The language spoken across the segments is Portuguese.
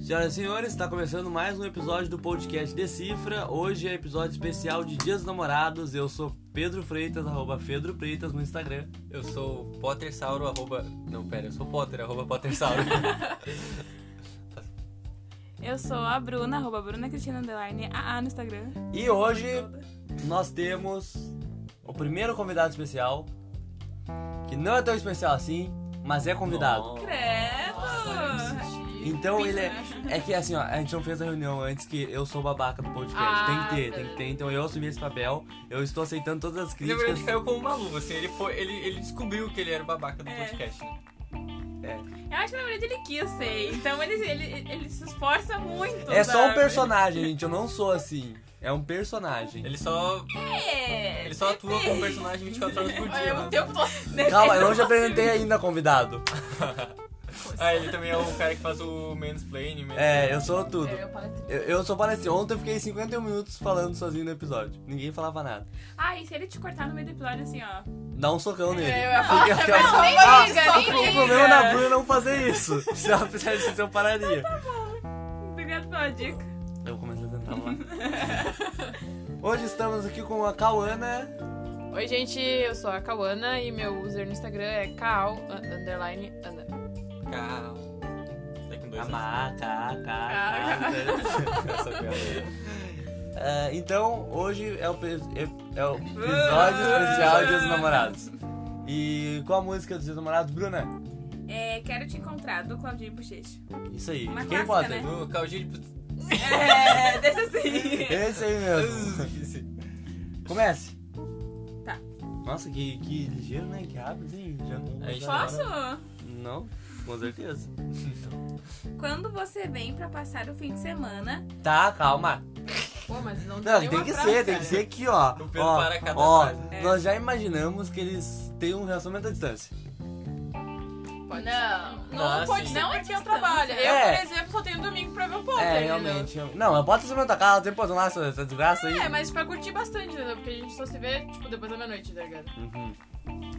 Senhoras e senhores, está começando mais um episódio do podcast Decifra. Hoje é episódio especial de Dias dos Namorados. Eu sou Pedro Freitas, arroba Pedro Freitas no Instagram. Eu sou Potter Sauro, arroba... Não, pera, eu sou Potter, arroba Potter Sauro. Eu sou a Bruna, arroba Bruna Cristina Underline, AA no Instagram. E hoje nós temos o primeiro convidado especial, que não é tão especial assim, mas é convidado. Nossa. Credo! Então ele é. É que assim, ó, a gente não fez a reunião antes que eu sou o babaca do podcast. Ah, tem que ter, tem que ter. Então eu assumi esse papel, eu estou aceitando todas as Na é um verdade, críticas. caiu como uma luva, assim. Ele, foi, ele, ele descobriu que ele era o babaca do É. podcast, né? Eu acho que na verdade ele quis ser, então ele, ele, ele se esforça muito. É só um sabe? personagem, gente. Eu não sou assim. É um personagem. Ele só, É, ele só atua como personagem 24 horas por dia, É, um o né? tempo todo. Calma, eu não te apresentei ainda, convidado. Ah, ele também é o cara que faz o mansplaining. mesmo. É, eu sou tudo. É, eu palestrei. Eu, eu sou palestrante. Ontem eu fiquei 51 minutos falando sozinho no episódio. Ninguém falava nada. Ah, e se ele te cortar no meio do episódio assim, ó. Dá um socão nele. É, eu- Porque eu quero- Não, nem Ah, liga, o- nem o liga. problema da Bruna é não fazer isso. Se ela fizesse isso, eu pararia. Obrigado pela dica. Eu comecei a tentar lá. Hoje estamos aqui com a Cauana. Oi, gente, eu sou a Kawana e meu user no Instagram é Kao un- underline under. É. Calma. Tá com dois anos. Amá, cá, cá, cá. Cá, Essa piada aí. Ah, Então, hoje é o, pe- é- é o episódio especial de Dia dos Namorados. E qual a música do Dia dos Namorados, Bruna? É, quero te encontrar, do Claudinho Bochecha. Isso aí, Uma de quem clássica, bota? né? No Caldinho de... É, deixa assim. Esse aí mesmo. Comece. Tá. Nossa, que, que ligeiro, né? Que rápido, hein? Já não- A gente Posso? Não, com certeza. Quando você vem pra passar o fim de semana, Tá, calma. Pô, mas não dá Não, nem tem uma que frase, ser, tem cara. que ser aqui, ó. O Pedro ó, para cada ó, frase. É. Nós já imaginamos que eles têm um relacionamento à distância. Pode Não. ser. Não, Não, pode sim. ser Não não adianta. porque eu trabalho. Eu, Ah, É. por exemplo, só tenho domingo pra ver o Potter, é, entendeu? realmente. eu- Não, mas bota isso na tua casa, tem pôs lá essa, essa desgraça aí. É, mas pra curtir bastante, entendeu? Porque a gente só se vê, tipo, depois da meia-noite, tá ligado? Uhum.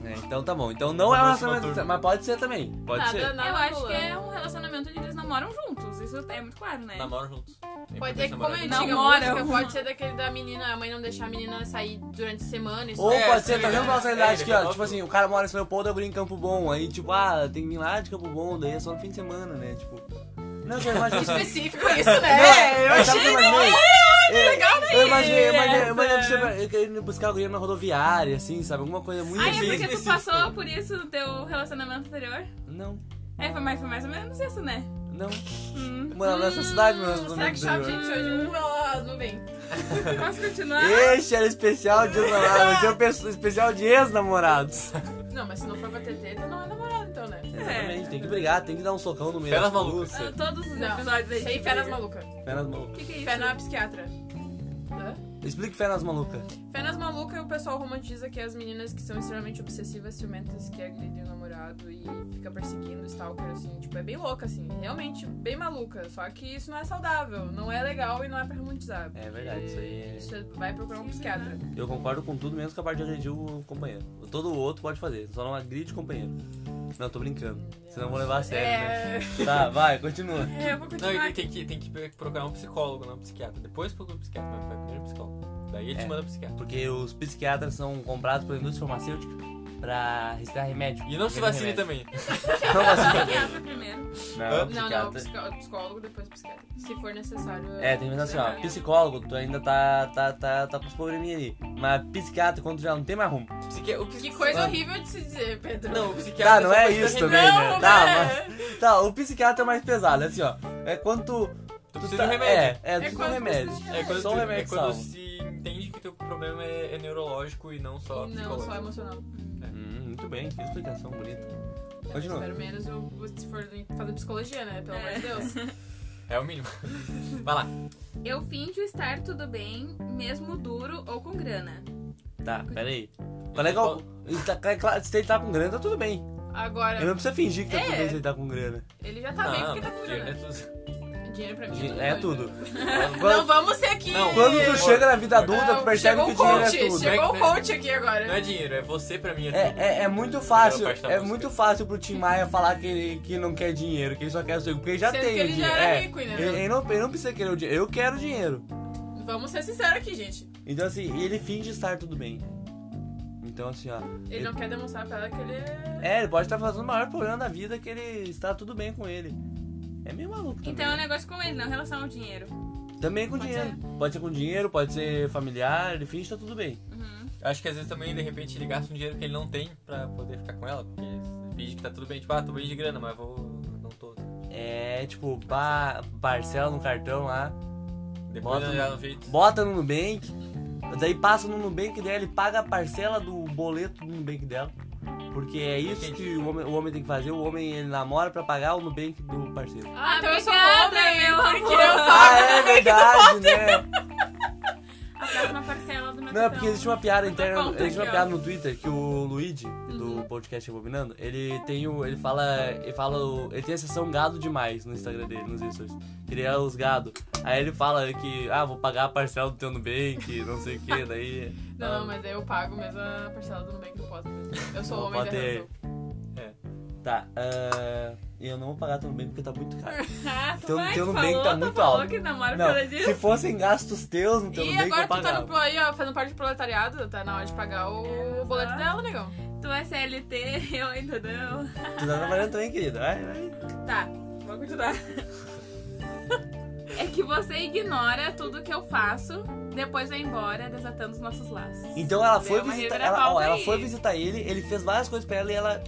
É, então tá bom. Então não é um Próxima relacionamento à turma. distância, mas pode ser também. Pode Nada, né? ser. nada eu acho rolando. que é um relacionamento onde eles namoram juntos. Isso é muito claro, né? Namoram juntos. Pode ser que, como eu Não digo, a mora, música eu- pode ser daquele da menina, a mãe não deixar a menina sair durante a semana e só... Ou É, pode sim, ser, tá vendo é, uma realidade é, que, ó, é tipo óbvio. assim, o cara mora em São Leopoldo, eu brinco em Campo Bom. Aí, tipo, ah, tem que vir lá de Campo Bom, daí é só no fim de semana, né? Tipo. Não, só imagina. Específico isso, Não, né? eu achei que eu imaginei. Eu- Eu imaginei, eu imaginei, eu imaginei essa. você- eu querendo buscar a guria na rodoviária, assim, sabe? Alguma coisa muito Ah, é assim. porque tu específico. passou por isso no teu relacionamento anterior? Não, É, foi mais, foi mais ou menos isso, né? não. Hum. Mano, nessa cidade, né, mano. Hum, Será que chove gente hoje? né? Um, ela não vem. Posso continuar? Este era o especial de ex-namorados. Esse é o perso- especial de ex-namorados. Não, mas se não for pra ter teta, não é namorado, então, né? Exatamente, tem que brigar, tem que dar um socão no meio. Feras das malucas. pelúcias. Ah, Ah. Todos os Não, episódios aí. isso aí, de fé nas briga. malucas. Feras malucas. O que, que é isso? Fé na psiquiatra. Hã? Explique Feras malucas. Fé nas malucas, o pessoal romantiza que as meninas que são extremamente obsessivas, ciumentas, que agridem o namorado e fica perseguindo o stalker, assim. Tipo, é bem louca, assim. Realmente, bem maluca. Só que isso não é saudável, não é legal e não é pra romantizar. É verdade, isso aí é- Isso é- vai procurar um psiquiatra. Eu concordo com tudo, menos que a parte de agredir o companheiro. Todo o outro pode fazer, só não agride o companheiro. Não, tô brincando. Senão eu vou levar a sério, né? É. Tá, vai, continua. É, eu vou Não, continuar. e tem que, tem que procurar um psicólogo, não um psiquiatra. Depois procura um psiquiatra, mas vai primeiro um psicólogo. Daí ele É. te manda um psiquiatra. Porque os psiquiatras são comprados pela indústria farmacêutica pra receber remédio. E não se vacile também. Não vacile. Psiquiatra primeiro. Não, é Não, psiquiatra. não, psicó- psicólogo, depois psiquiatra. Se for necessário. É, tem que pensar assim, ó, psicólogo, tu ainda tá, tá, tá, tá com os probleminha ali. Mas psiquiatra, quando já não tem mais rumo. Psiqui... O Que psiqui- Ah. coisa horrível de se dizer, Pedro. Não, o psiquiatra. Tá, não só é pode isso dar também, remédio. né? Não, Tá, é. mas. Tá, o psiquiatra é mais pesado, é assim, ó. É quando tu. Tu tu precisa tá- de remédio. É, é, tu É precisa de quando remédio. precisa de É, quando, Só tu, um é remédio quando salva. se entende que teu problema é, é neurológico e não só E não só psicológico. emocional. Hum, muito bem, que explicação bonita. É, mas Continua. Pelo menos eu, se for fazer psicologia, né? Pelo amor de Deus. É o mínimo. Vai lá. Eu finjo estar tudo bem, mesmo duro ou com grana. Tá, peraí. Qual é que é o- ele tá- é claro, Se ele tá com grana, tá tudo bem. É Agora, Eu não preciso fingir que tá tudo É. bem se ele tá com grana. ele já tá bem porque tá com é grana. tudo- A gente Dinheiro pra mim É tudo. Não vamos ser aqui. Não, Quando tu chega na vida adulta, É. Não, tu percebe chegou que o um dinheiro coach, é tudo. Chegou É o que- coach aqui agora. Não é dinheiro, é você pra mim. tudo. É, é, é muito Entendeu? fácil, Parte da é música. muito fácil pro Tim Maia falar que ele que não quer dinheiro, que ele só quer o dinheiro, porque ele já Sendo tem que o ele já dinheiro. era é. rico, né? ele, ele não, ele não precisa querer o dinheiro, eu quero dinheiro. Vamos ser sinceros aqui, gente. Então assim, ele finge estar tudo bem. Então assim, ó. Ele não quer demonstrar pra ela que ele é. É, ele pode estar fazendo o maior problema da vida que ele está tudo bem com ele. É meio maluco também. Então é um né? negócio com ele, não em relação ao dinheiro. Também é com pode dinheiro. Pode ser com dinheiro, pode ser familiar, ele finge que tá tudo bem. Uhum. Acho que às vezes também, de repente, ele gasta um dinheiro que ele não tem pra poder ficar com ela. Porque ele finge que tá tudo bem. Tipo, ah, tô bem de grana, mas vou. Não tô. É, tipo, pá, parcela no cartão lá, Depois Bota um eu já não vi. bota no Nubank, daí passa no Nubank dela e paga a parcela do boleto do Nubank dela. Porque é isso que o homem, o homem tem que fazer, o homem ele namora pra pagar o Nubank do parceiro. Ah, então eu sou Obrigada, homem, meu porque amor. eu Ah, pago. é verdade, né? A próxima parcela do Não, meu é cartão. porque existe uma piada interna, Conta existe uma aqui, ó. piada no Twitter que o Luigi, do podcast Rebobinando, ele tem o, ele fala, ele fala, o- ele tem a seção gado demais no Instagram dele, nos stories. Que Ele é os gado. Aí ele fala que, ah, vou pagar a parcela do teu Nubank, não sei o que, daí... Não, ah, mas eu pago mesmo a parcela do Nubank, não posso. Eu sou Não homem pode da ter. razão. Tá, ah, e eu não vou pagar teu Nubank porque tá muito caro. Ah, tu Então, vai, teu tu Nubank falou, tá tu muito falou alto. que namora por causa Não, disso. se fossem gastos teus no teu E Então, Nubank, agora eu tu tá no, pagava. aí, ó, fazendo parte do proletariado, tá na hora de pagar o boleto dela, negão. Tu é CLT, eu ainda não. Tu tá trabalhando também, querida. Vai, vai. Tá, vamos continuar. É que você ignora tudo que eu faço, depois vai embora, desatando os nossos laços. Então ela foi Deu uma visitar. Ela, reviravolta ó, ela aí. foi visitar ele, ele fez várias coisas pra ela e ela,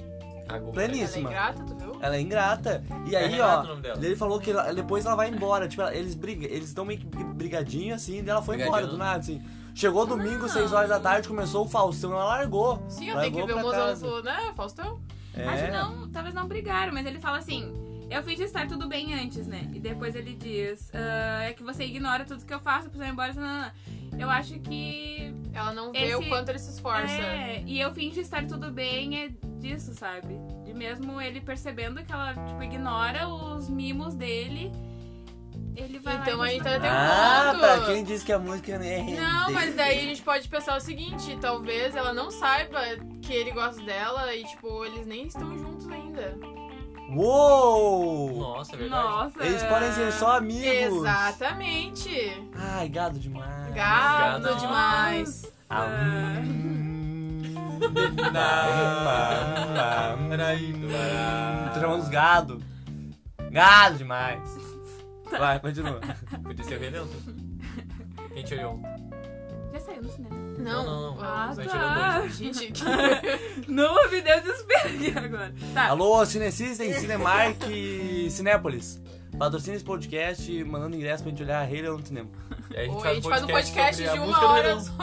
Agora. Ela é pleníssima. ingrata, tu viu? Ela é ingrata. E É aí, Renata ó. o nome dela. Ele falou que ela- depois ela vai embora. Tipo, ela- eles brigam, eles dão meio que brigadinho assim, e ela foi Brigadinho. embora do nada, assim. Chegou domingo, 6 horas da tarde, começou o Faustão, ela largou. Sim, eu Mas tenho que vou ver o pra mozão casa. do, né, Faustão? É. Acho que não, talvez não brigaram, mas ele fala assim: eu fiz de estar tudo bem antes, né? E depois ele diz: "Ah, é que você ignora tudo que eu faço, depois vai embora. não, não, não." Eu acho que. Ela não vê Esse- o quanto ele se esforça. É, e eu finjo estar tudo bem é disso, sabe? De mesmo ele percebendo que ela, tipo, ignora os mimos dele, ele vai lá Então e aí continua. tá- tem um Ah, ponto. pra quem disse que a música não é Não, RD. mas daí a gente pode pensar o seguinte, talvez ela não saiba que ele gosta dela e, tipo, eles nem estão juntos ainda. Uou! Nossa, é verdade. Nossa. Eles podem ser só amigos. Exatamente. Ai, gado demais. Gado Nossa. demais. Ah, hum. Pá, pá, Peraí, pá. Tô chamando os gado. Gado demais. Vai, continua. Podia ser o Rei Leão. Quem te olhou? Já saiu no cinema. Não, não, não. Ah, Os tá. anteriores dois. Gente, que... Não, me deu desespero aqui agora. Tá. Alô, Cinecistem, Cinemark e Cinépolis. Patrocina esse podcast mandando ingresso pra gente olhar Rei Leão no cinema. E aí Ou a gente faz um podcast sobre a de música uma do Rei hora Leão. só.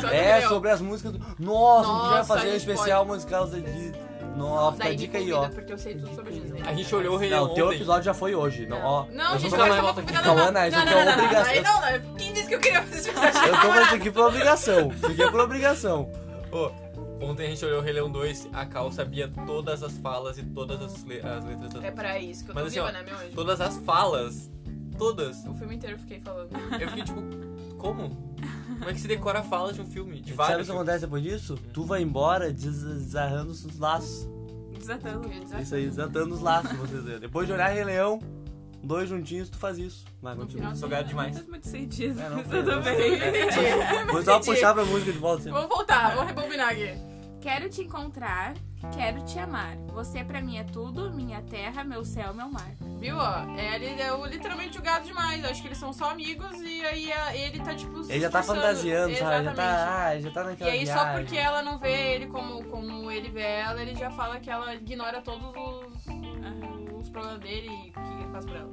só do É, Leão. sobre as músicas do... Nossa, a gente vai Nossa, fazer a um gente especial musical da Disney. Nossa, fica a Daí é dica me aí, convida, ó. porque eu sei tudo sobre Disney. A gente olhou o Rei Não, Leão o teu ontem. episódio já foi hoje. Não, ó. Não, é eu gente, tô nunca fazendo- mais agora você vai volta aqui. convidar Calma, Ana, isso aqui é uma obrigação. Aí não, não. Quem disse que eu queria fazer esse especial? Eu tô fazendo aqui por obrigação. Isso aqui é por obrigação. Ô, ontem a gente olhou o Rei Leão 2, a Cal sabia todas as falas e todas as, le- as letras das É pra isso que eu tô Mas assim, viva, ó, né, meu anjo? Todas as falas. Todas. O filme inteiro eu fiquei falando. Eu fiquei tipo, como? Como é que se decora a fala de um filme? De Sabe o vários. que acontece depois disso? Tu vai embora des- desarrando os laços. É Eu Desatando. queria dizer- Isso aí, desatando os laços, vocês verem. Depois de olhar Rei Leão, dois juntinhos, tu faz isso. Vai, continua. Sou gado demais. Não faz muito sentido, É, não mas faz, tudo não bem. Vou só puxar pra música de volta. assim. Vamos voltar, vamos rebobinar aqui. Quero te encontrar, quero te amar. Você pra mim é tudo, minha terra, meu céu, meu mar. Viu, ó? É, Ele é o- literalmente o gado demais. Eu acho que eles são só amigos e aí a- ele tá, tipo, se Ele já tá esforçando. fantasiando, sabe? Ele Já Exatamente. tá, ah, ele já tá E naquela aí, só viagem. porque ela não vê ele como, como ele vê ela, ele já fala que ela ignora todos os, ah, os problemas dele e o que ele faz pra ela.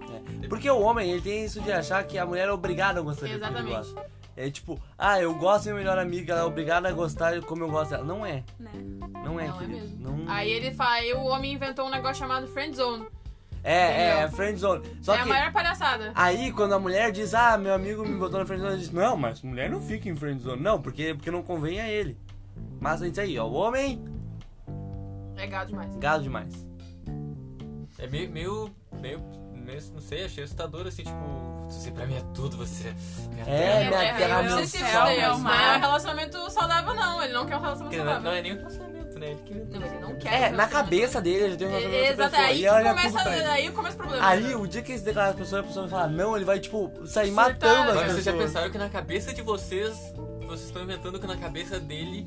Porque o homem, ele tem isso de achar que a mulher é obrigada a gostar de tudo que ele Exatamente. gosta. É tipo, ah, eu gosto da minha melhor amiga, ela é obrigada a gostar de como eu gosto dela. Não é, Né? não é, Não é querido. mesmo. Não... Aí ele fala, aí o homem inventou um negócio chamado friend zone. É, é, Entendeu? é friend zone. Só é a que maior palhaçada. Aí, quando a mulher diz, ah, meu amigo me botou na friendzone, eu disse, não, mas mulher não fica em friendzone. Não, porque, porque não convém a ele. Mas é isso aí, ó, o homem, É gado demais. gado demais. É meio, meio, meio, começo, não sei, achei assustador, assim, tipo, você pra mim é tudo, você. minha É, terra. minha é, terra eu do não sei se céu, isso meu não é um mar. relacionamento saudável, não. Ele não quer um Porque relacionamento não, saudável. não é nem um relacionamento, né? Ele que Não, ele não quer. um É, na cabeça dele ele já tem um relacionamento com outra Exato, pessoa. aí E que ela já começa, culpa pra ele. aí começa o problema. Aí, o dia que ele se declarar pra pessoa, a pessoa vai falar não, ele vai, tipo, sair Surtar. né? matando as Mas vocês já pessoas. pensaram que na cabeça de vocês, vocês estão inventando que na cabeça dele,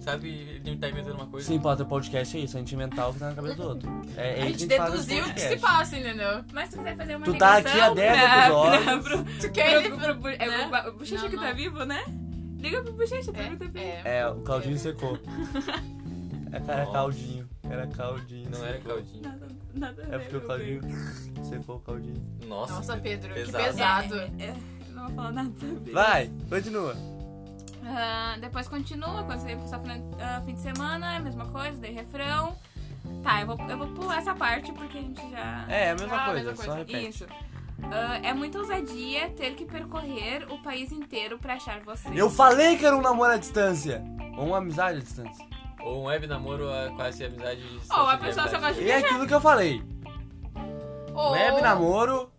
sabe, ele tá inventando uma coisa. Sim, Potter, podcast é isso, é sentimental que tá na cabeça do outro. É, é isso a gente que fala "É." nesse deduziu o que se podcast. passa, entendeu? Mas se tu quiser fazer uma Tu tá ligação aqui há 10 pra- episódios. pra- pro- Tu quer ele pro- pro- pro- é né? o ba- o Bochecha Não, que tá não. vivo, né? Liga pro Bochecha, pergunta pra tá ele. É, é. É, o Claudinho secou. É, cara, era Claudinho. Era Claudinho. Não era Claudinho. Nada, nada a ver, É porque o meu Claudinho secou o Claudinho. Nossa, Nossa, Pedro, pesado. que pesado. Deus. É, é, não vou falar nada a ver. Vai, continua. Ah, depois continua, quando você passar fim de semana, é a mesma coisa, daí refrão. Tá, eu vou, eu vou pular essa parte porque a gente já. É, é a mesma Ah, coisa, mesma só coisa. repete. Isso. Ah, é muita ousadia ter que percorrer o país inteiro pra achar você. Eu falei que era um namoro à distância. Ou uma amizade à distância. Ou um web namoro a quase amizade de Ou a de pessoa só amizade. gosta E é aquilo que eu falei. Ou- Web namoro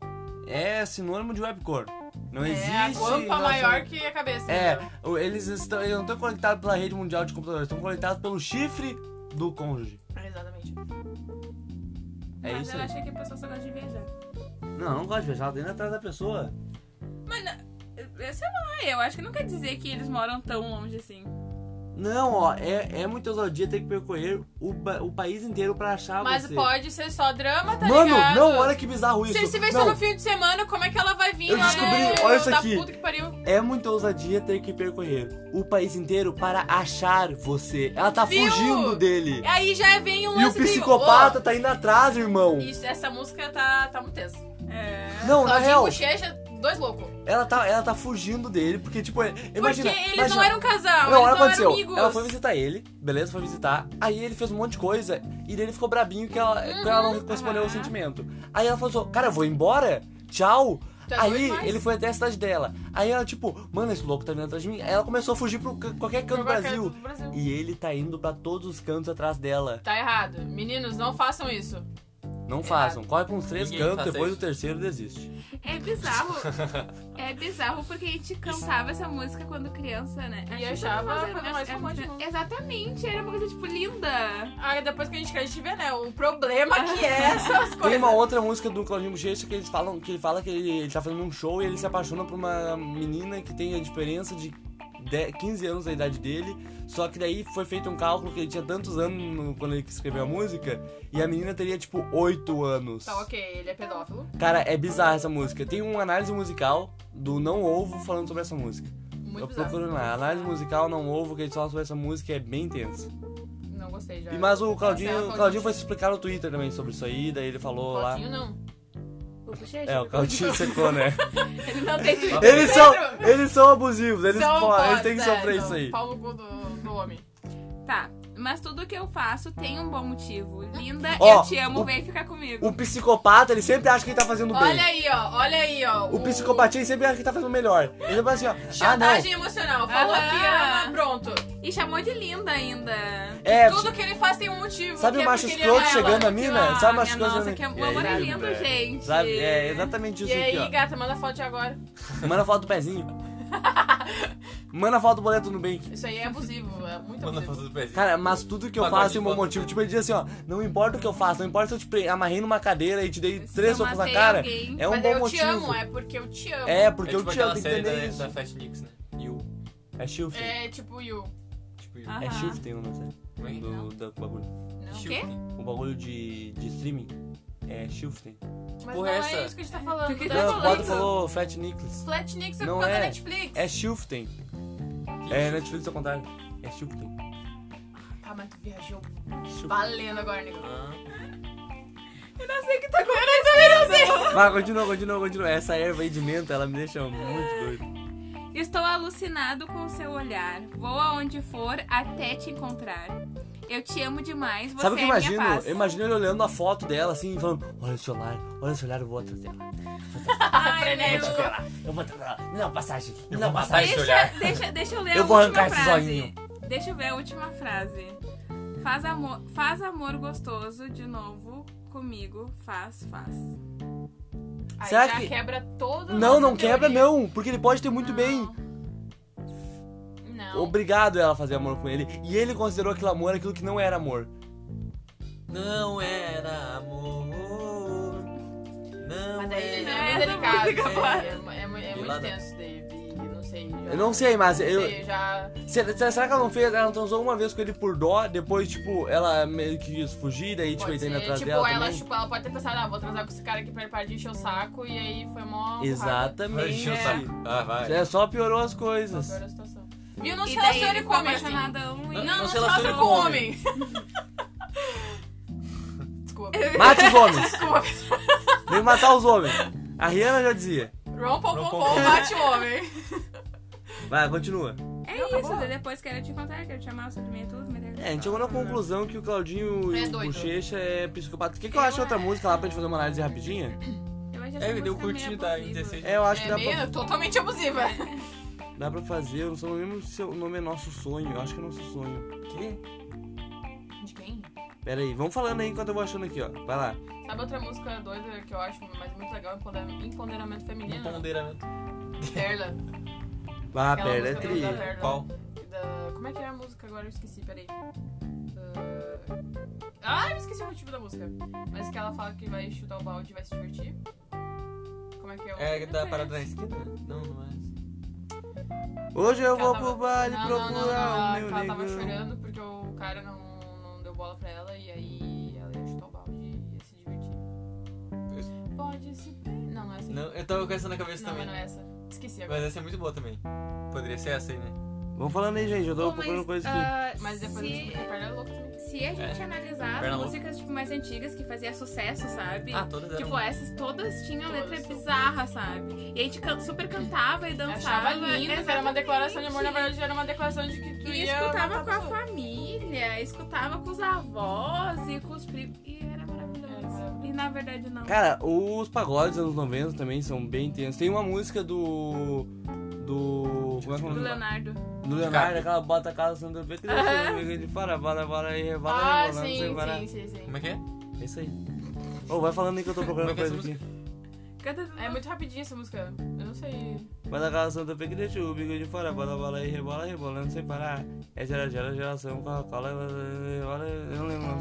é sinônimo de webcore. Não existe. É, a guampa relacionamento. maior que a cabeça. É, entendeu? o- eles, estão, eles não estão conectados pela rede mundial de computadores, estão conectados pelo chifre do cônjuge. Exatamente. É Mas isso eu aí. achei que a pessoa só gosta de viajar. Não, não gosto de beijar, dentro atrás da pessoa. Mano, eu sei lá, eu acho que não quer dizer que eles moram tão longe assim. Não, ó, é, é muita ousadia ter que percorrer o, ba- o país inteiro pra achar Mas você. pode ser só drama, tá Mano, ligado? não, olha que bizarro isso. Se se vê não, só no fim de semana, como é que ela vai vir Eu lá descobri, da- olha isso da aqui. puta que pariu? É muita ousadia ter que percorrer o país inteiro para achar você. Ela tá Viu? fugindo dele. Aí já vem um E o lance de, psicopata tá indo atrás, irmão. "Ô, isso, essa música tá, tá muito tensa. É. Não, na Claudinho real, Bochecha, dois loucos. ela tá, ela tá fugindo dele, porque, tipo, é- imagina. Porque eles imagina, não eram um casal, Não, eles ela não aconteceu. eram amigos. Ela foi visitar ele, beleza? Foi visitar. Aí ele fez um monte de coisa e daí ele ficou brabinho que ela, que ela Uhum. não correspondeu ao aham. sentimento. Aí ela falou assim: Cara, eu vou embora? Tchau. Tu é Aí doido, mas- ele foi até a cidade dela. Aí ela, tipo, mano, esse louco tá vindo atrás de mim. Aí ela começou a fugir pro ca- qualquer canto do Pra qualquer Brasil. canto do Brasil. E ele tá indo pra todos os cantos atrás dela. Tá errado. Meninos, não façam isso. Não façam. Corre com uns três Ninguém cantos, faça depois isso. o terceiro desiste. É bizarro. é bizarro porque a gente cantava essa música quando criança, né? E Acho que achava todas a coisa eram- mais eram- romântica. Exatamente, era uma coisa tipo linda. Aí Ah, é depois que a gente cresce, a gente vê, né? O problema que é essas Tem coisas. uma outra música do Claudinho Bochecha que eles falam que ele fala que ele, ele tá fazendo um show e ele se apaixona por uma menina que tem a diferença de 10, 15 anos da idade dele. Só que daí foi feito um cálculo que ele tinha tantos anos no- quando ele escreveu a música e a menina teria tipo 8 anos. Tá, ok, ele é pedófilo. Cara, é bizarra essa música. Tem uma análise musical do Não Ovo falando sobre essa música. Muito Eu bizarro. procuro lá. Análise musical Não Ovo que eles falam sobre essa música e é bem intensa. Não gostei já. E, mas o Claudinho, Cancela, o Claudinho foi se explicar no Twitter também sobre isso aí, daí ele falou lá. Claudinho não. É, o Claudinho secou, né? Ele não tem Twitter. Eles são, Pedro! eles são abusivos, eles, São po- eles foda, têm que sofrer É, não. isso aí. Pau no cu do, do homem. Tá, mas tudo que eu faço tem um bom motivo. Linda, Ó, eu te amo, o- vem ficar comigo. O psicopata, ele sempre acha que ele tá fazendo bem. Olha aí, ó. Olha aí, ó. O psicopatinho sempre acha que tá fazendo melhor. Ele fala assim, ó. Ah, não. Chantagem emocional. Falou Aham. que ama, pronto. E chamou de linda ainda. É, Tudo que ele faz tem um motivo. Sabe que o é macho porque ele escroto ama ela. chegando a mina? Ah, Sabe umas minha coisas. Nossa, né? que E o aí, amor é sabe, lindo, né? gente. Sabe, é exatamente E isso aí, aqui, gata, manda foto de agora. ó. Manda foto do pezinho. Manda foto do boleto no Nubank. Isso aí é abusivo, é muito Manda abusivo. foto do pezinho. Cara, mas tudo que eu Pagode faço de tem um foto. motivo. Tipo, ele diz assim, ó. Não importa o que eu faço, não importa se eu te pre- amarrei numa cadeira e te dei Se três eu socos na matei cara. alguém, É um Mas bom eu motivo. te amo, é porque eu te amo. É, porque é tipo eu te amo, aquela tem que série da, entender isso. da Fast Nix, né? You. É shift. É, É tipo you. Tipo, you. Ah. Aham. shift tem o nome, sério. Como é que- Do, do bagulho. Não. Shift. quê? O bagulho de, de streaming é shifting. porra Mas não é é essa? isso que a gente tá falando. Por que tá que Não, o Potter falando? falou Fat Nicholas. Flat Nix é Não por causa é. da Netflix. É shifting. É Netflix ao contrário. É shifting. Ah, mas tu viajou Shifting. valendo agora, nego. Ah. Eu não sei o que tá acontecendo. Eu também não sei. Mas continua, continua, continua. Essa erva aí de menta, ela me deixa muito doido. Estou alucinado com o seu olhar. Vou aonde for até te encontrar. Eu te amo demais, você Sabe o que eu é a minha imagino? paz. Eu imagino ele olhando a foto dela assim e falando: Olha o celular, olha o celular, eu vou atrás dela. Ah, Ai, né, Eu vou nego. atrás dela, eu vou atrás dela. Me dá uma passagem, me Eu dá vou uma matar passagem. esse Deixa, olhar. deixa, deixa eu ler Eu a vou última arrancar esse frase. zoinho. Deixa eu ver a última frase. Faz amor, faz amor gostoso de novo comigo. Faz, faz. Aí Será já que- quebra todo Não, não quebra não, porque ele pode ter muito bem Não. obrigado ela a fazer amor com ele. E ele considerou aquele amor aquilo que não era amor. Não era amor. Não Mas daí era já é Essa delicado. música, isso claro. aí. É, mu- é, mu- é muito Gelada. tenso, David. Eu não sei. já- né? Eu não sei, mas não eu. sei, já. se- se- Será que ela não fez? Ela transou uma vez com ele por dó, depois, tipo, ela meio que quis fugir, daí, tipo, Pode ele tá indo ser, atrás tipo, dela. ela, também. tipo, ela pode ter pensado, ah, vou transar com esse cara aqui pra ele parar de encher o saco, e aí foi mó. porrada. Vai Exatamente. encher o saco. Ah, vai. É, só piorou as Só coisas. piorou a situação. Viu? Não Não se e daí relacione ele com ficou homem, assim. apaixonadão. e- Não- Não, não se se relacione relaciona com com homem. Desculpa. Mate os homens! Desculpa. Vem matar os homens! A Rihanna já dizia. Rom, pom, pom, Rom, pom, pom, pom. bate o homem. Vai, continua. É Não, tá isso, bom. daí depois quero te contar, quero te chamar, você dormir tudo, mas daí- É, a gente chegou na conclusão que o Claudinho Ah. É e o doido. Bochecha é psicopata. O que, que eu acho de outra música lá pra gente fazer uma análise rapidinha? Eu acho essa É, deu música meio curtir, tá? abusiva. 16. É, eu acho que É dá pra meio totalmente abusiva. Dá pra fazer, eu não sei mesmo se o nome é Nosso Sonho, eu acho que é Nosso Sonho. Que? De quem? Pera aí, vamos falando aí enquanto eu vou achando aqui, ó. Vai lá. Sabe outra música doida que eu acho mas muito legal? Empoder- Empoderamento feminino. Um Ponderamento. Perla. Vá, Aquela perna é música tri. da Perla. Qual? Da- Como é que é a música agora? Eu esqueci, peraí. Ah, Ah, eu esqueci o motivo da música. Mas que ela fala que vai chutar o balde e vai se divertir. Como é que é o. É da Não parada na conheço. esquina? Não, não é. Hoje eu que vou ela pro tava- baile não, procurar não, não, não, o ela- meu que Ela tava negão. chorando porque o cara não, não deu bola pra ela e aí ela ia chutar o balde e ia se divertir. Pode se. Não, não é essa. aqui. Não, eu tava com essa na cabeça não, também. mas não é essa. Esqueci agora. Mas essa é muito boa também. Poderia ser essa aí, né? Vamos falando aí, gente, eu tô Pô, procurando mas, coisa aqui. ah, Mas depois eu descobri que a perna é louca também. se, se a gente analisar É, Perna as louca. músicas tipo, mais antigas que fazia sucesso, sabe? Ah, todas eram. Tipo, essas todas tinham Todas letra são. bizarra, sabe? E a gente can- super cantava e dançava. Achava lindo, que era uma declaração de amor, na Exatamente. verdade era uma declaração de que tu E ia. escutava matar com a pessoa. família, escutava com os avós e com os primos. E era Era maravilhoso. maravilhoso. E na verdade não. Cara, os pagodes dos anos 90 também são bem intensos. Tem uma música do. Do. Como é que é o Do nome? Leonardo. Do Leonardo, aquela bota a casa sendo bem crescendo, de fora, bora, bora aí, rebola, Ah, rebolando, sem sim, parar. sim, sim, sim. Como é que é? É isso aí. Ô, vai falando aí que eu tô procurando Como é que é coisa essa aqui. Canta É muito rapidinha essa música. Eu não sei. Mas a calça do Pique deixa o bico de fora, bola, bola e rebola, rebolando sem parar. É gera, gera, geração, Coca-Cola, rebola, eu não lembro.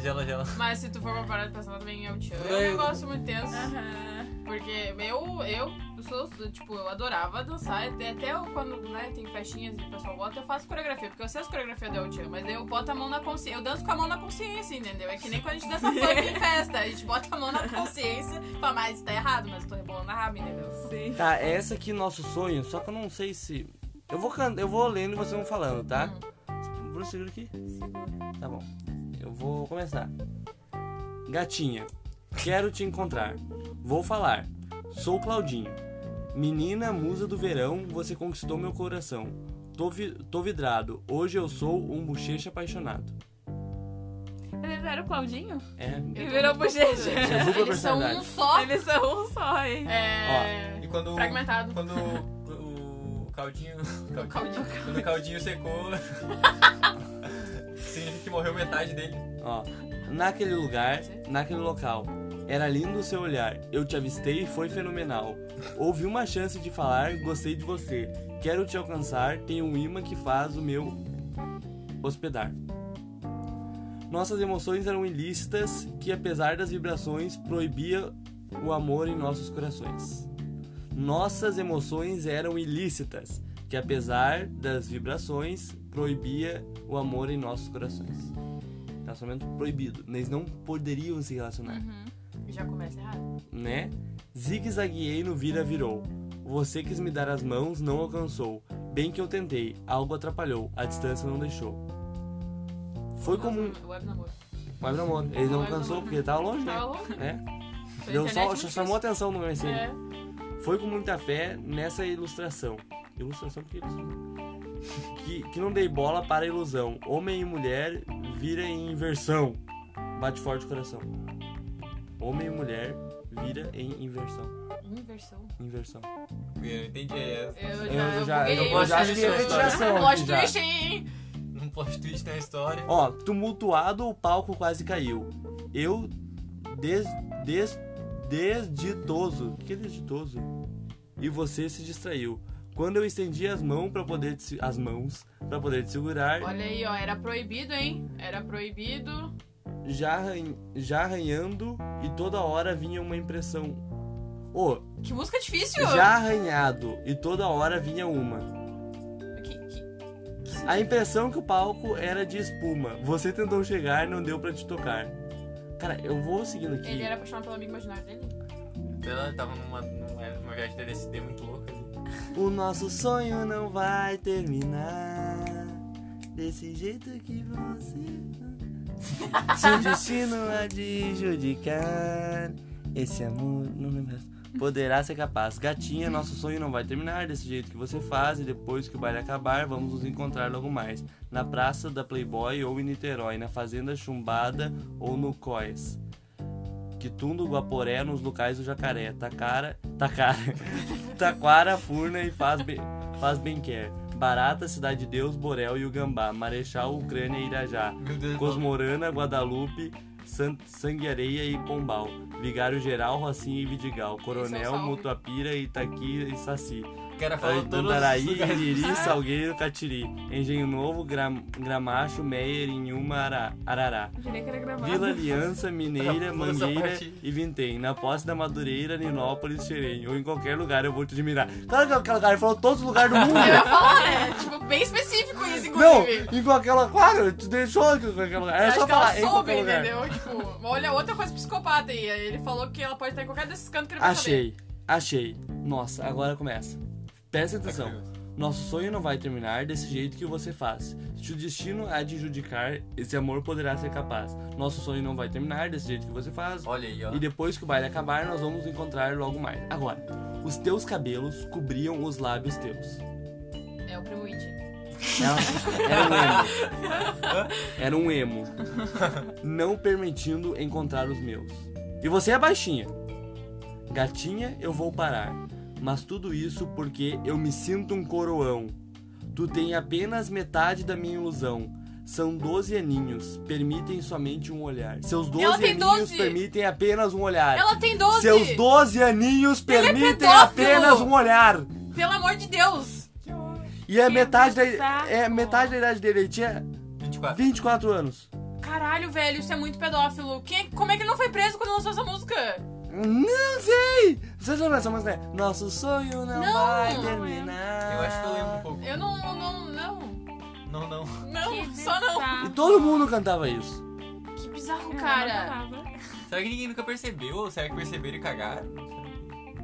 Gela, gela. Mas se tu for pra parar de pensar também, eu te amo. É, É um eu- negócio muito tenso. Aham. Porque eu, eu sou, tipo, eu adorava dançar. Até, até eu, quando né, tem festinhas e o pessoal bota, eu faço coreografia. Porque eu sei as coreografias da El Chan, mas daí eu boto a mão na consciência. Eu danço com a mão na consciência, entendeu? É que nem quando a gente dança funk em festa. A gente bota a mão na consciência e fala, mas tá errado, mas eu tô rebolando a raba, entendeu? Sim. Tá, essa aqui é nosso sonho, só que eu não sei se. Eu vou, can... eu vou lendo e vocês vão falando, tá? Bruno, segura aqui. Tá bom. Eu vou começar. Gatinha, quero te encontrar. Vou falar. Sou Claudinho. Menina musa do verão, você conquistou meu coração. Tô, vi- tô vidrado. Hoje eu sou um bochecha apaixonado. Ele era o Claudinho? É. Eu E tô virou muito bochecha. confusa. Tinha dupla Eles são um personalidade. só. Eles são um só, hein? É. E quando. Fragmentado. Quando o, o caldinho. Caldinho. Quando o caldinho secou. significa que morreu metade dele. Ó, naquele lugar, naquele local. Era lindo o seu olhar. Eu te avistei e foi fenomenal. Houve uma chance de falar, gostei de você. Quero te alcançar, tem um imã que faz o meu hospedar. Nossas emoções eram ilícitas que apesar das vibrações proibia o amor em nossos corações. Nossas emoções eram ilícitas que apesar das vibrações proibia o amor em nossos corações. Relacionamento proibido. Eles não poderiam se relacionar Uhum. Já começa errado. né? Zigue-zagueei no vira virou. Você quis me dar as mãos, não alcançou. Bem que eu tentei, algo atrapalhou, a distância não deixou. Foi como um. Web namoro. Mas não, amor, ele não alcançou porque ele tava longe, né? Tava Tá longe. É. Pela Deu internet, só, muito chamou atenção no meu difícil. ensino. É. Foi com muita fé nessa ilustração. Ilustração porque que, que não dei bola para a ilusão. Homem e mulher vira em inversão. Bate forte o coração. Homem e mulher vira em inversão. Inversão. Inversão. Eu entendi é, essa. É, Eu já, Eu já, buguei, eu já acho que eu- é fixação. Plot aqui já. twist, hein? Um plot twist na história. Ó, tumultuado, o palco quase caiu. Eu des, des, desditoso. Que desditoso? E você se distraiu. Quando eu estendi as mãos para poder te, se- as mãos para poder te segurar, Olha aí, ó, era proibido, hein? Era proibido. já, arran- já arranhando e toda hora vinha uma impressão. Ô, Que música difícil! já arranhado e toda hora vinha uma. Que, que- A impressão que o palco era de espuma. Você tentou chegar, não deu pra te tocar. Cara, eu vou seguindo aqui. Ele era apaixonado pelo amigo imaginário dele? Então, tava numa, numa, numa viagem de LSD muito louca. ali. O nosso sonho não vai terminar desse jeito que você. Se o destino adjudicar, esse amor não lembro. Poderá ser capaz. Gatinha, nosso sonho não vai terminar desse jeito que você faz, e depois que o baile acabar, vamos nos encontrar logo mais. Na praça da Playboy ou em Niterói, na Fazenda Chumbada ou no Cois. Quitundo, Guaporé, nos locais do Jacaré. Tacara. Tacara. Taquara, Furna e faz bem, faz bem quer. Barata, Cidade de Deus, Borel e Ugambá. Marechal, Ucrânia e Irajá. Meu Deus Cosmorana, Guadalupe, San Sangueareia e Pombal. Vigário Geral, Rocinha e Vidigal. Coronel, salve. Mutuapira, Itaqui e Saci. O cara falou todos Tá os Andaraí, lugares. Iriri, Salgueiro, Catiri. Engenho Novo, Gram- Gramacho, Meier, Inhuma, Ara- Arará. Eu Jurei que era gravado. Vila Aliança, Mineira, Tá, pula essa Mangueira parte. e Vintém. Na posse da Madureira, Ninópolis, Xerém. Ou em qualquer lugar eu vou te admirar. Claro que é qualquer lugar, ele falou todos os lugares do Eu ia mundo. falar, né? Tipo, bem específico isso, Não, inclusive. em qualquer lugar. Claro, tu deixou em qualquer lugar. É Acho só que ela falar em soube, qualquer lugar. entendeu? Tipo, olha, outra coisa psicopata aí. Ele falou que ela pode estar em qualquer desses cantos que ele vai saber. Achei, achei. Nossa, agora começa. Presta atenção. Nosso sonho não vai terminar desse jeito que você faz. Se o destino adjudicar, esse amor poderá ser capaz. Nosso sonho não vai terminar desse jeito que você faz. Olha aí, ó. E depois que o baile acabar, nós vamos encontrar logo mais. Agora, os teus cabelos cobriam os lábios teus. É o primo It. Ela- Era um emo. Era um emo. Não permitindo encontrar os meus. E você é baixinha. Gatinha, eu vou parar. Mas tudo isso porque eu me sinto um coroão. Tu tem apenas metade da minha ilusão. São 12 aninhos, permitem somente um olhar. Seus 12 Ela tem aninhos 12. permitem apenas um olhar. Ela tem 12! Seus 12 aninhos Ele é permitem pedófilo! apenas um olhar. Pelo amor de Deus! E é Que metade, da, saco. é metade da idade dele. Ele tinha 24. 24 anos. Caralho, velho, isso é muito pedófilo. Quem, como é que ele não foi preso quando lançou essa música? Não sei! Vocês lembram dessa música? né? Nosso sonho não, Não, vai não é. terminar. Eu acho que eu lembro um pouco. Eu não, não, não. Não, não. Não, Que só não. E bizarro. todo mundo cantava isso. Que bizarro, tá Eu não cara. cantava. Será que ninguém nunca percebeu? Ou será que perceberam e cagaram? Não sei.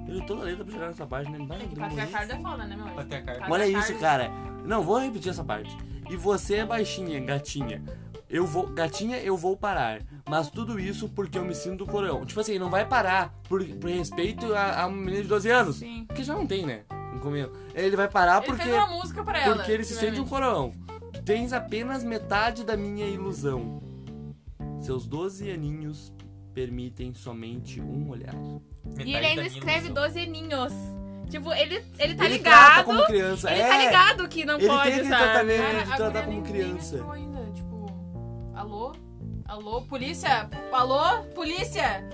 Ele toda letra pra chegar nessa parte, né? Vai, É que demorou. patriarcado é foda, né, meu? anjo? Bater a cara. Olha Patriarcado. isso, cara. Não, vou repetir essa parte. E você é baixinha, gatinha. Eu vou, gatinha, eu vou parar. Mas tudo isso porque eu me sinto coroão. Tipo assim, não vai parar por, por respeito a, a uma menina de 12 anos. Sim. Porque já não tem, né? Encomenda. Ele vai parar Ah, Ele porque. fez uma música pra ela. Porque ele se sente um primeiramente. coroão. Tu tens apenas metade da minha ilusão. Seus 12 aninhos permitem somente um olhar. Metade E ele ainda da minha escreve ilusão. 12 aninhos. Tipo, ele, ele tá ele trata ligado. como criança. Ele é, tá ligado que não Ele tem pode, aquele sabe? tratamento. Cara, de a tratar guria tá como nem- nem criança. menstruou ainda, tipo, alô? Alô, polícia? Alô, polícia?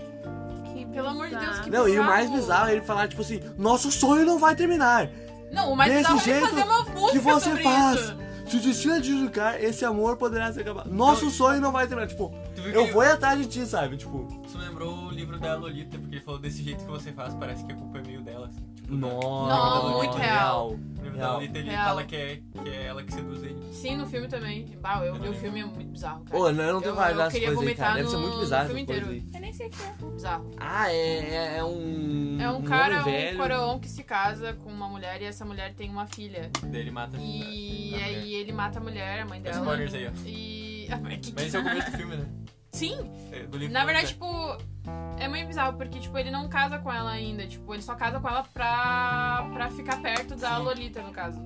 Que Pelo amor de Deus, que Não, e o bizarro. mais bizarro é ele falar, tipo assim, nosso sonho não vai terminar. Não, o mais Desse bizarro é ele jeito fazer uma música que você sobre faz. isso. Se o destino adjudicar, esse amor poderá ser acabado. Nosso Não, sonho não vai terminar. Tipo, Tu viu que eu ele- vou ir atrás de ti, sabe? Tipo, Isso me lembrou o livro da Lolita, porque ele falou desse jeito que você faz, parece que a culpa é meio dela, assim. Tipo, nossa. muito real. No livro da Real. Lolita ele Real. fala que é, que é ela que seduz ele. Sim, no filme também. Bah, eu vi o filme, é muito bizarro, cara. Ô, não, eu não tenho Eu- várias eu dessas queria coisas aí, cara. vomitar Deve ser no- muito no bizarro filme essas coisas inteiro. aí. Eu nem sei o que é. Bizarro. Ah, é, é, é um. É um, homem cara, um velho. coroão que se casa com uma mulher e essa mulher tem uma filha. Daí ele mata E a mulher. aí ele mata a mulher, a mãe Dá dela. Spoilers aí, ó. E. Ah, mas que- Mas esse é o começo do filme, né? Sim! É, Do livro Na da verdade, Lolita. tipo, é meio bizarro, porque tipo, ele não casa com ela ainda. Tipo, ele só casa com ela pra, pra ficar perto da Sim. Lolita, no caso.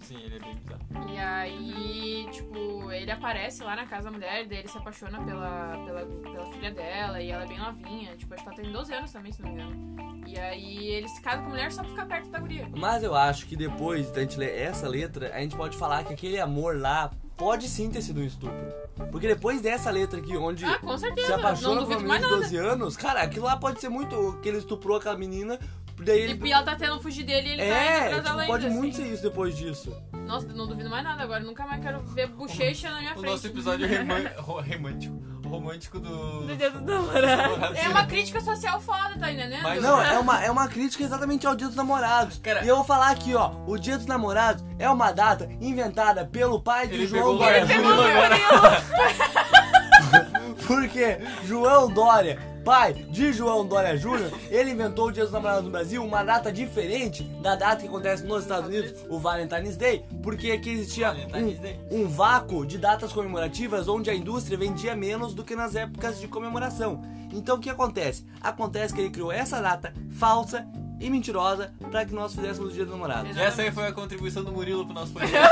Sim, ele é bem bizarro. E aí, tipo, ele aparece lá na casa da mulher, daí ele se apaixona pela, pela, pela filha dela, e ela é bem novinha, tipo, acho que ela tem 12 anos também, se não me engano. E aí ele se casa com a mulher só pra ficar perto da guria. Mas eu acho que depois da gente ler essa letra, a gente pode falar que aquele amor lá pode sim ter sido um estupro. Porque depois dessa letra aqui, onde Ah, com certeza. se não apaixona por uma menina duvido mais de nada. 12 anos, cara, aquilo lá pode ser muito que ele estuprou aquela menina, daí E ele... e ela tá tendo fugir dele e ele tá indo É, atrás tipo, dela pode ainda, muito assim. ser isso depois disso. Nossa, não duvido mais nada agora. Nunca mais quero ver bochecha na minha O frente. nosso episódio reman- ro- romântico. Romântico do. Do dia dos namorados. É uma crítica social foda, tá entendendo? Mas Não, é uma, é uma crítica exatamente ao Dia dos Namorados. Cara- e eu vou falar aqui, ó. O Dia dos Namorados é uma data inventada pelo pai de Ele João pegou o Dória Ele Júnior. pegou o Porque João Dória, pai de João Dória Júnior, ele inventou o Dia dos Namorados no Brasil, uma data diferente da data que acontece nos Estados Unidos, o Valentine's Day, porque aqui existia Valentine's Day. um, um vácuo de datas comemorativas onde a indústria vendia menos do que nas épocas de comemoração. Então o que acontece? Acontece que ele criou essa data falsa e mentirosa para que nós fizéssemos o Dia dos Namorados. E essa aí foi a contribuição do Murilo pro nosso podcast.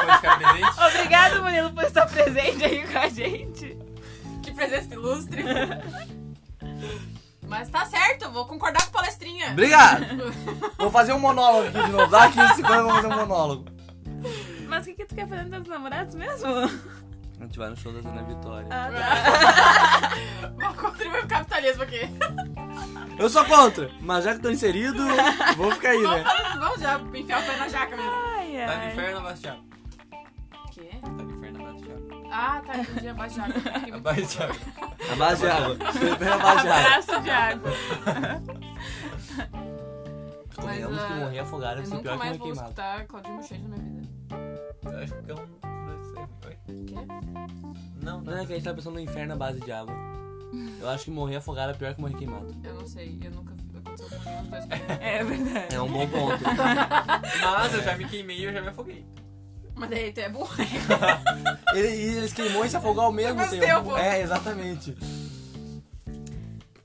Depois ficar presente. Obrigado, Murilo, por estar presente aí com a gente. Que presença ilustre. Mas tá certo, vou concordar com a palestrinha. Obrigado! Vou fazer um monólogo aqui de novo. Dá 15 segundos, eu vou fazer um monólogo. Mas o que, que tu quer fazer no dia dos namorados mesmo? A gente vai no show da Ana Vitória. Ah, Vou contribuir pro capitalismo aqui. Eu sou contra, mas já que tô inserido, vou ficar aí, né? Vamos já enfiar o pé na jaca mesmo. Ai, Tá no ai. inferno, abaixo de água. Quê? Tá no inferno, abaixo de água. Ah, tá, entendi, abaixo de jaca. Fiquei muito Abaixo de confusa. água. A base de água. Bebendo a base de água. Abraço de água. Mas, Convenhamos que ah, morrer afogado é Eu ser nunca pior que morrer mais vou queimado. escutar Claudinho Bochecha na minha vida. Eu Acho que é um. dois, três, oi? Quê? Não, Não não. é que a gente tá pensando no inferno à base de água. Eu acho que morrer afogado é pior que morrer queimado. Eu não sei, eu nunca aconteceu com nenhum dos dois. É verdade. É um bom ponto. Mas eu já me queimei e eu já me afoguei. Mas daí tu é burro. Ele, e eles queimou e se afogou ao mesmo Mas tempo. tempo. É, exatamente.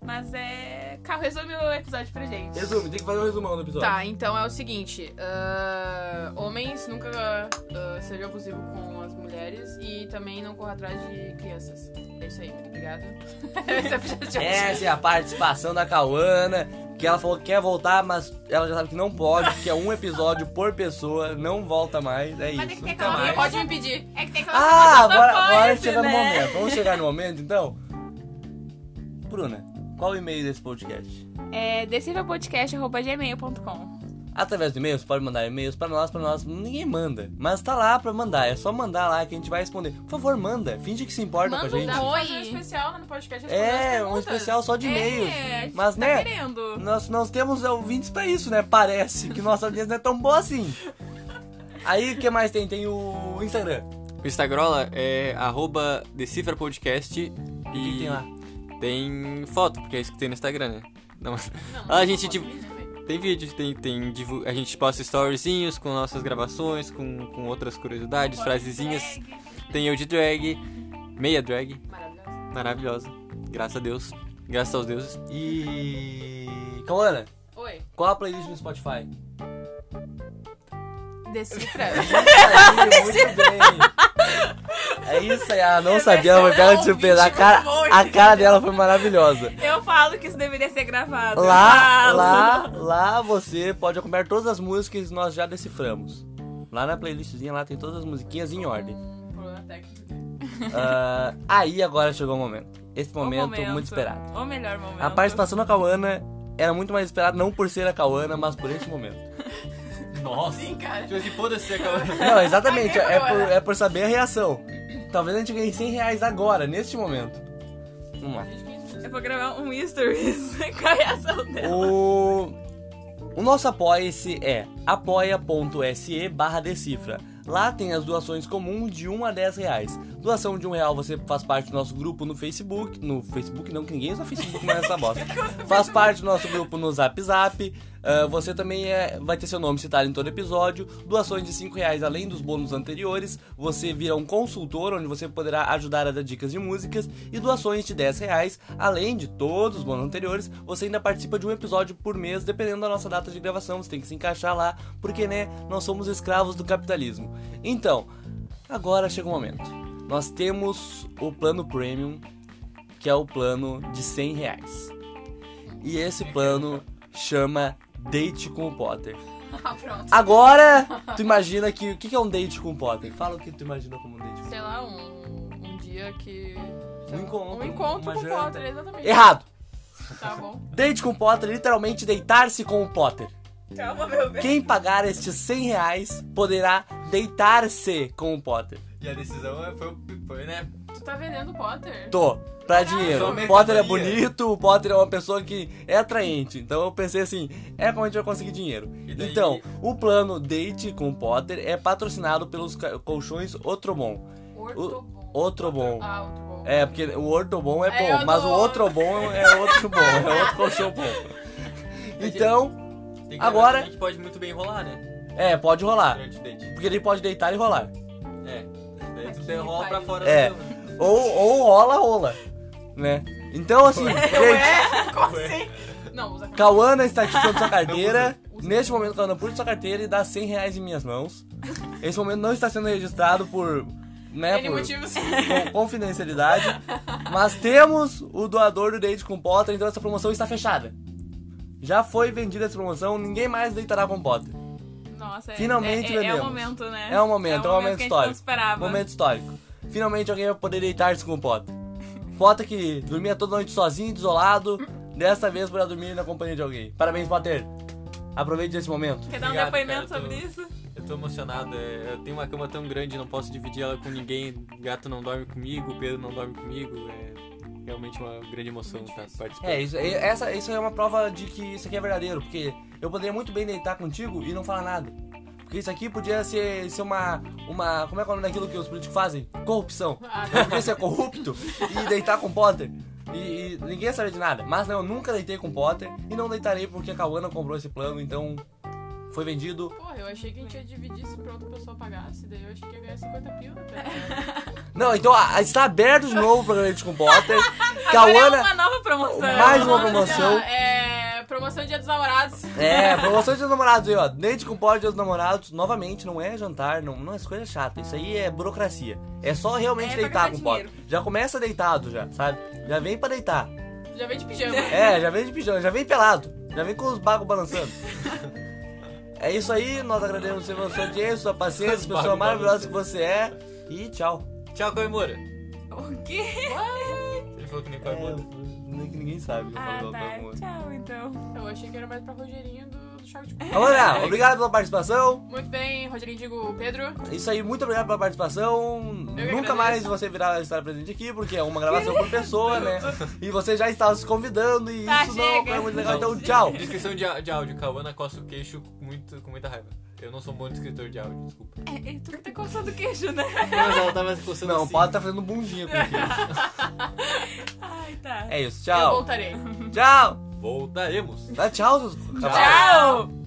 Mas é. Carro, resume o episódio pra gente. Resumo, tem que fazer um resumão do episódio. Tá, então é o seguinte: ah, homens nunca ah, sejam abusivos com as mulheres e também não corra atrás de crianças. É isso aí, muito obrigada. Esse é o episódio de hoje. Essa é a participação da Cauana, que ela falou que quer voltar, mas ela já sabe que não pode, que é um episódio por pessoa, não volta mais, é Mas tem que isso. ter Nunca aquela mais. alguém Alguém Então, pode me impedir. É que tem aquela Ah, alguém agora, pode agora fazer, chegar no né? momento. Vamos chegar no momento, então? Bruna, qual o e-mail desse podcast? É decifrapodcast.gmail.com Através do e-mail, você pode mandar e-mails pra nós, pra nós. Ninguém manda. Mas tá lá pra mandar. É só mandar lá que a gente vai responder. Por favor, manda. Finge que se importa com a Manda gente. um Dá pra fazer um Oi. especial no podcast respondendo as É, um perguntas. especial só de e-mails. É, a gente Mas, tá né? querendo. Nós, nós temos ouvintes pra isso, né? Parece que nossa audiência não é tão boa assim. Aí, o que mais tem? Tem o Instagram. O Instagrola é arroba Decifra Podcast. E O que que tem lá? Tem foto, porque é isso que tem no Instagram, né? Não, Não, Ah, gente, não tipo- pode, né, velho? tem vídeos, tem, tem divu- a gente posta storyzinhos com nossas gravações, com, com outras curiosidades, frasezinhas. Tem eu de drag, meia drag, Maravilhoso. maravilhosa. Graças a Deus, graças aos deuses. E. Cauana, Oi. qual a playlist no Spotify? Decifra. Aí, muito bem. É um isso aí, ela não sabia, ela foi pega de surpresa. A cara, a cara dela foi maravilhosa. Eu falo que isso deveria ser gravado. eu Lá, falo. lá, lá você pode acompanhar todas as músicas que nós já deciframos. Lá na playlistzinha, lá tem todas as musiquinhas em ordem. Um problema técnico. Ah, aí agora chegou o momento. Esse O momento, muito esperado. O melhor momento. A participação da Cauana era muito mais esperada, não por ser a Cauana, mas por este momento. Nossa! Sim, cara. Tipo assim, foda-se, acabou. Não, exatamente, Ai, é por, Cauana. é por saber a reação. Talvez a gente ganhe 100 reais agora, neste momento. Vamos lá. Gente, que isso? Eu vou gravar um stories com a reação dela. O, o nosso apoia-se é apoia.se barra decifra. Lá tem as doações comuns de 1 a 10 reais. Doação de 1 real você faz parte do nosso grupo no Facebook. No Facebook não, que ninguém usa Facebook mais nessa bosta. faz parte do nosso grupo no Zap Zap. Ah, você também é- vai ter seu nome citado em todo episódio. Doações de 5 reais além dos bônus anteriores. Você vira um consultor onde você poderá ajudar a dar dicas de músicas. E doações de 10 reais, além de todos os bônus anteriores, você ainda participa de um episódio por mês, dependendo da nossa data de gravação. Você tem que se encaixar lá, porque né, nós somos escravos do capitalismo. Então, agora chega o momento. Nós temos o plano premium, que é o plano de 100 reais. E esse plano chama Date com o Potter. Ah, pronto. Agora, tu imagina que. O que que é um date com o Potter? Fala o que tu imagina como um date com Sei lá, um, um dia que. sei lá, encontro, Um encontro uma com o janta. É. Potter, exatamente. Errado! Tá bom. Date com o Potter, literalmente deitar-se com o Potter. Calma, meu bem. Quem pagar estes 100 reais poderá deitar-se com o Potter. E a decisão é- foi, foi, né? Tu tá vendendo o Potter? Tô, pra dinheiro. Só O Potter é mercadoria. bonito, o Potter é uma pessoa que é atraente. Então eu pensei assim, é como a gente vai conseguir dinheiro. E daí- Então, o plano Date com o Potter é patrocinado pelos ca- colchões Otrobon. Ortobon. Otrobon. Ah, outro bom. É, porque o Ortobon é É, bom, eu mas o não- Otrobon é outro bom, é outro colchão bom. Então, Tem que Agora- lembrar também que pode muito bem rolar, né? é, pode rolar. Durante o date. Porque ele pode deitar e rolar. É. Daí Aqui, tu rola pra pai. fora É. do cama. Ou, ou rola, rola. Né? Então, assim, gente, é? Como assim? Não, usa Cauana está tirando sua carteira. Neste momento, Cauana puxa sua carteira e dá 100 reais em minhas mãos. Esse momento não está sendo registrado por. Né, N por motivos. com- confidencialidade. Mas temos o doador do date com Potter, então essa promoção está fechada. Já foi vendida essa promoção, ninguém mais deitará com Potter. Nossa, é- Finalmente é, é, é vendemos. o momento, né? É um momento, é um momento que a gente histórico. não esperava. Momento histórico. Finalmente alguém vai poder deitar-se com o Potter. Potter que dormia toda noite sozinho, desolado. Desta vez poderá dormir na companhia de alguém. Parabéns, Potter. Aproveite esse momento. Quer dar um Obrigado, depoimento cara, eu tô- sobre isso? Eu tô emocionado. é, Eu tenho uma cama tão grande, não posso dividir ela com ninguém. O gato não dorme comigo, o Pedro não dorme comigo. É realmente uma grande emoção estar participando. É, isso, e- essa, isso é uma prova de que isso aqui é verdadeiro, porque eu poderia muito bem deitar contigo e não falar nada. Porque isso aqui podia ser, ser uma, uma. Como é que é o nome daquilo que os políticos fazem? Corrupção. Ah, Eu podia ser corrupto e deitar com Potter. E, e ninguém ia saber de nada. Mas não, eu nunca deitei com Potter e não deitarei porque a Cauana comprou esse plano, então foi vendido. Porra, eu achei que a gente ia dividir isso pra outra pessoa pagasse, daí eu achei que ia ganhar 50 pila. Tá? Não, então ah, está aberto de novo o programa Date com Potter. Agora é Cauana. uma nova promoção. Mais uma promoção. É, promoção Dia dos Namorados. É, promoção de Dia dos namorados aí, ó. Date com pó de Dia dos namorados, novamente, não é jantar, não, não é coisa chata. Isso aí é burocracia. É só realmente É pra deitar gastar com o pote. Já começa deitado, já, sabe? Já vem pra deitar. Já vem de pijama. É, já vem de pijama, já vem pelado. Já vem com os bagos balançando. É isso aí, nós agradecemos a sua audiência, sua paciência, Os pessoa bagos maravilhosa que você é. E tchau. Tchau, comemora. O quê? Ele falou que nem É, comemora. nem que ninguém sabe. Ah, Falou, tá. falou. Tchau, então. Eu achei que era mais pra Rogerinho do, do Choque de Cultura. Alana, obrigado pela participação. Muito bem, Rogerinho, digo Pedro. É Isso aí, muito obrigado pela participação. que Nunca agradeço. mais você virá estar presente aqui, porque é uma gravação por pessoa, né? E você já estava se convidando e Tá, isso não chega. é muito legal. Não. Então, tchau. Descrição de, á- de áudio. Cauana coça o queixo com, muito, com muita raiva. Eu não sou um bom descritor de áudio, desculpa. É, é, tu que tá coçando o queijo, né? Mas ela tava se coçando Não, o assim. Paulo tá fazendo bundinha com aqui. Ai, tá. É isso, Eu tchau. voltarei. Tchau. Voltaremos. Dá tchau. seus- Tchau.